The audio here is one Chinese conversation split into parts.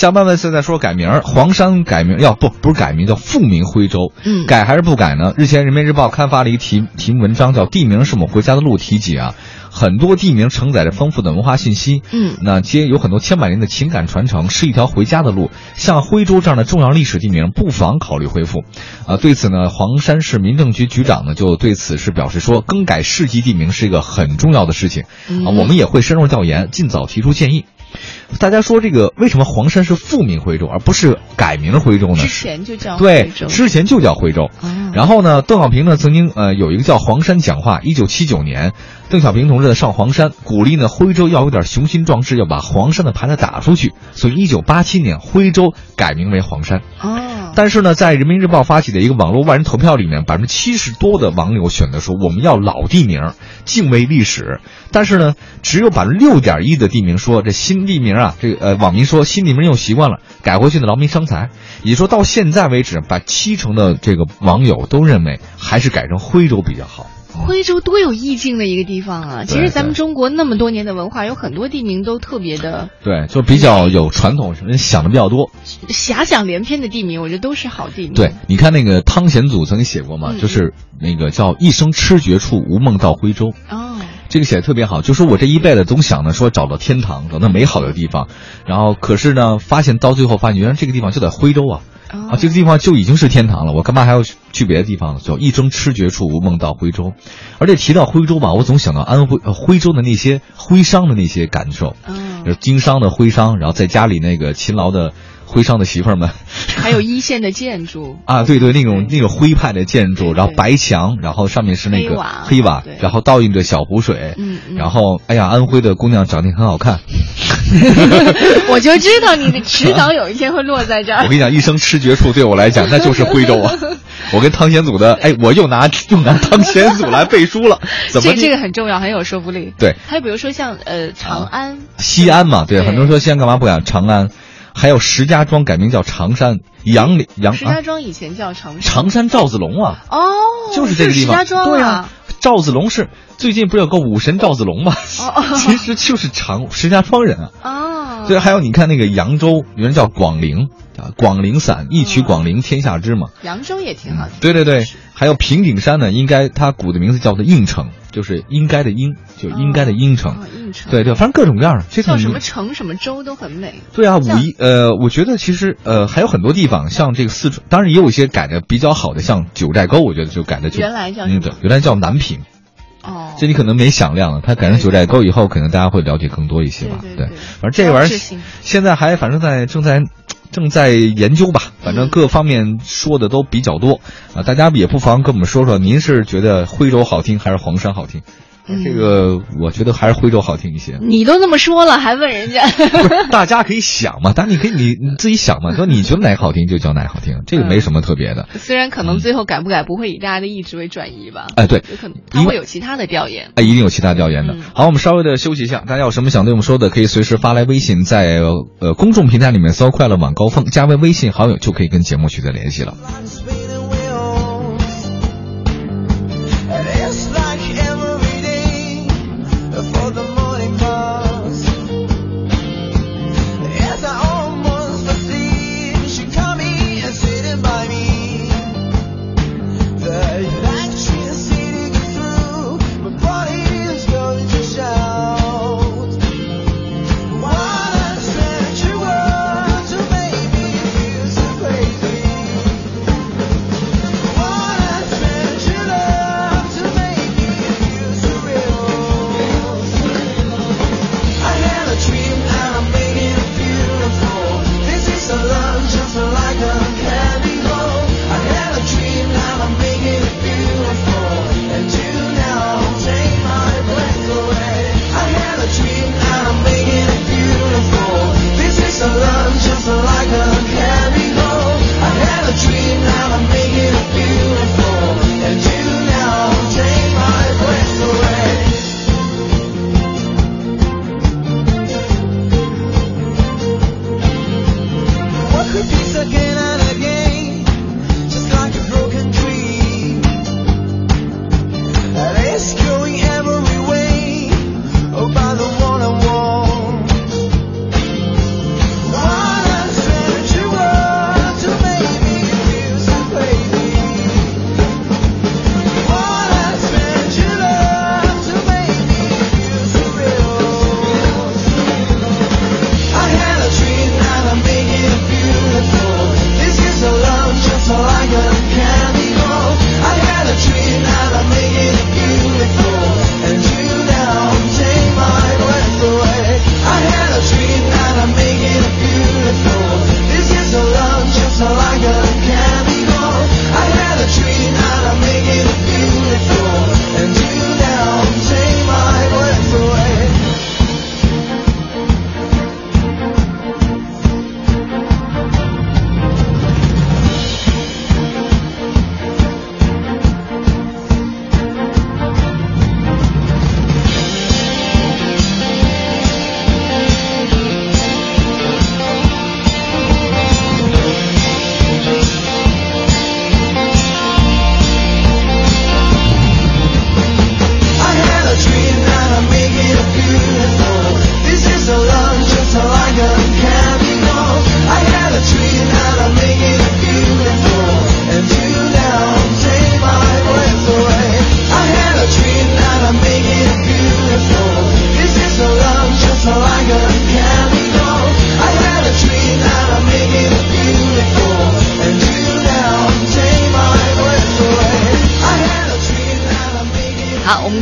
下半问现在说改名儿，黄山改名要不不是改名叫复名徽州，嗯改还是不改呢？日前人民日报刊发了一题题目文章，叫《地名是我们回家的路》，提及啊，很多地名承载着丰富的文化信息，嗯那皆有很多千百年的情感传承，是一条回家的路。像徽州这样的重要历史地名，不妨考虑恢复。啊，对此呢，黄山市民政局局长呢就对此事表示说，更改市级地名是一个很重要的事情，嗯啊，我们也会深入调研，尽早提出建议。大家说这个为什么黄山是复名徽州，而不是改名徽州呢？之前就叫对徽，州之前就叫徽州。哦然后呢，邓小平呢曾经呃有一个叫黄山讲话，一九七九年，邓小平同志呢上黄山，鼓励呢徽州要有点雄心壮志，要把黄山的牌子打出去，所以一九八七年徽州改名为黄山。哦，但是呢，在人民日报发起的一个网络万人投票里面，百分之七十多的网友选择说我们要老地名，敬畏历史。但是呢，只有百分之六点一的地名说这新地名啊，这个呃网民说新地名用习惯了，改回去呢劳民伤财。也说到现在为止，把七成的这个网友都认为还是改成徽州比较好。徽州多有意境的一个地方啊！其对实咱们对中国那么多年的文化，有很多地名都特别的对，就比较有传统，人想的比较多。遐想连篇的地名，我觉得都是好地名。对，，你看那个汤显祖曾经写过嘛，嗯就是那个叫“一生痴绝处，无梦到徽州”。哦，这个写的特别好，就说我这一辈子总想着说找到天堂，找到美好的地方，然后可是呢，发现到最后发现原来这个地方就在徽州啊，哦啊，这个地方就已经是天堂了，我干嘛还要去去别的地方呢？叫一生痴绝处，无梦到徽州。而且提到徽州吧，我总想到安徽呃徽州的那些徽商的那些感受，哦就是经商的徽商，然后在家里那个勤劳的徽商的媳妇儿们，还有一线的建筑，啊，对对，那种对那种徽派的建筑，对然后对白墙，然后上面是那黑个瓦黑瓦对，然后倒映着小湖水，嗯嗯 然后哎呀，安徽的姑娘长得也很好看。我就知道你的迟 早有一天会落在这我儿跟。你讲，一生痴绝处对我来讲，那就是徽州 啊。我跟汤显祖的，哎，我又拿 又拿汤显祖来背书了，怎么这地这个很重要，很有说服力。对啊还有比如说像呃长安，西安嘛，对，对很多人说西安干嘛不改长安，还有石家庄改名叫常山，杨里杨石啊家，庄以前叫长沙。常山赵子龙啊。哦，就是这个地石方，家庄对啊啊。赵子龙是最近不是有个武神赵子龙吗？哦哦其实就是长石家庄人啊。哦，对，还有你看那个扬州，有人叫广陵啊，广陵散，一曲广陵天下知嘛。啊扬州也挺好听。嗯对对对，还有平顶山呢，应该它古的名字叫做应城，就是应该的应，就是应该的应城。哦，应城。对对，反正各种各样的这叫种什么城什么州都很美。对啊，像五一呃，我觉得其实呃还有很多地方，像这个四川，当然也有一些改的比较好的，像九寨沟，我觉得就改的就原来叫什嗯么对，原来叫南平，哦，这你可能没想量了，它改成九寨沟以后，可能大家会了解更多一些吧。对对对反正这玩意标志儿性现在还反正在正在正在研究吧，反嗯正各方面说的都比较多啊，大家也不妨跟我们说说，您是觉得徽州好听还是黄山好听？嗯。这个我觉得还是徽州好听一些 你都那么说了，还问人家？ 不是，大家可以想嘛，但你可以你你自己想嘛，说你觉得哪个好听就叫哪个好听，这个嗯没什么特别的。虽然可能最后改不改不会以大家的意志为转移吧，哎，对，有可能因他为会有其他的调研。啊，一定有其他调研的嗯。好，我们稍微的休息一下。大家有什么想对我们说的，可以随时发来微信，在呃公众平台里面搜“快乐晚高峰”，加为微信好友就可以跟节目取得联系了。 Life's made of wheels. And it's like every day for the morning calls. As I almost perceived she coming and sitting by me. The electricity gets through, my body is going to shout. What a strange world to make me feel so crazy. What a strange love to make me feel surreal. I had a dream and I'm making it beautiful. This is a love just like a candy ball. I had a dream and I'm making it beautiful. And you now take my breath away. I had a dream and I'm making it beautiful. This is a love just like a candy ball. I had a dream and I'm making it beautiful. And you now take my breath away. What could piece again and again, just like a broken dream? And it's going every way, oh by the one I want. What a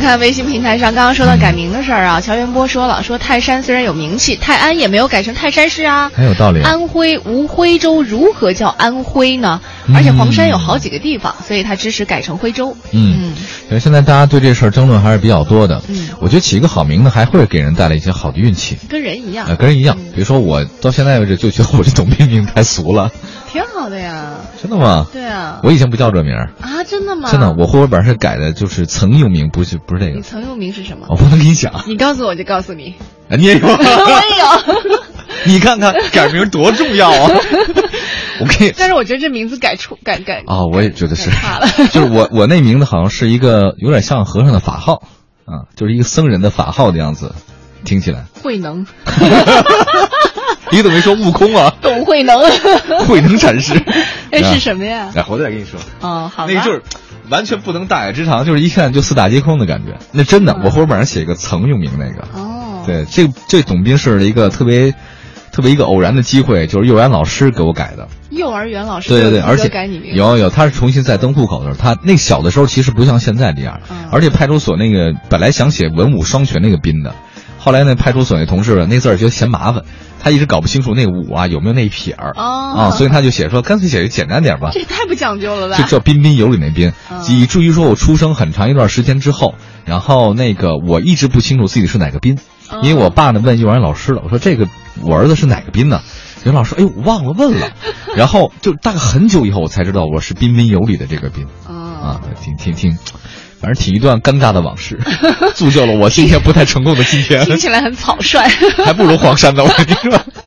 看微信平台上刚刚说到改名的事儿啊，乔元波说了，说泰山虽然有名气，泰安也没有改成泰山市啊。很有道理啊。安徽无徽州如何叫安徽呢？嗯而且黄山有好几个地方，所以他支持改成徽州。嗯，因为现在大家对这事儿争论还是比较多的。嗯我觉得起一个好名字还会给人带来一些好的运气。跟人一样呃，，跟人一样，嗯比如说我到现在为止就觉得我这董斌名太俗了，挺好的呀。真的吗？对啊。我以前不叫这名儿，啊，真的吗？真的，我户口本上改的就是曾用名，不是不是这你个，曾用名是什么我？不能给你讲，啊你告诉我就告诉你。你也 有，我也有。 你看看改名多重要啊！我可以 但是我觉得这名字改出改改啊，我也觉得是太差了， 就是我我那名字好像是一个有点像和尚的法号啊，就是一个僧人的法号的样子，听起来。 慧能，你怎么没说悟空啊？董 慧能，，慧能禅师 那是什么呀哎，回头再跟你说。哦，好吧，那个就是完全不能大雅之堂，就是一看就四大皆空的感觉。那真的，我后边上写一个曾用名那个。嗯哦，，对，这这董斌是一个特别特别一个偶然的机会，就是幼儿园老师给我改的。幼儿园老师对对对，都有资格而且改你名字，有有，他是重新再登户口的时候，他那小的时候其实不像现在这样嗯，而且派出所那个本来想写文武双全那个斌的，后来那派出所那同事那字儿就嫌麻烦，他一直搞不清楚那武啊有没有那一撇儿哦啊，所以他就写说干脆写简单点儿吧，这也太不讲究了吧就？叫彬彬有礼那彬嗯，以至于说我出生很长一段时间之后，然后那个我一直不清楚自己是哪个彬，嗯因为我爸呢问幼儿园老师了，我说这个我儿子是哪个彬 呢？人老师说哎呦我忘了问了，然后就大概很久以后我才知道我是彬彬有礼的这个彬啊哦，，挺挺挺，反正挺一段尴尬的往 事， 铸就了我今天不太成功的今天，听起来很草率。还不如黄山呢，我跟你说。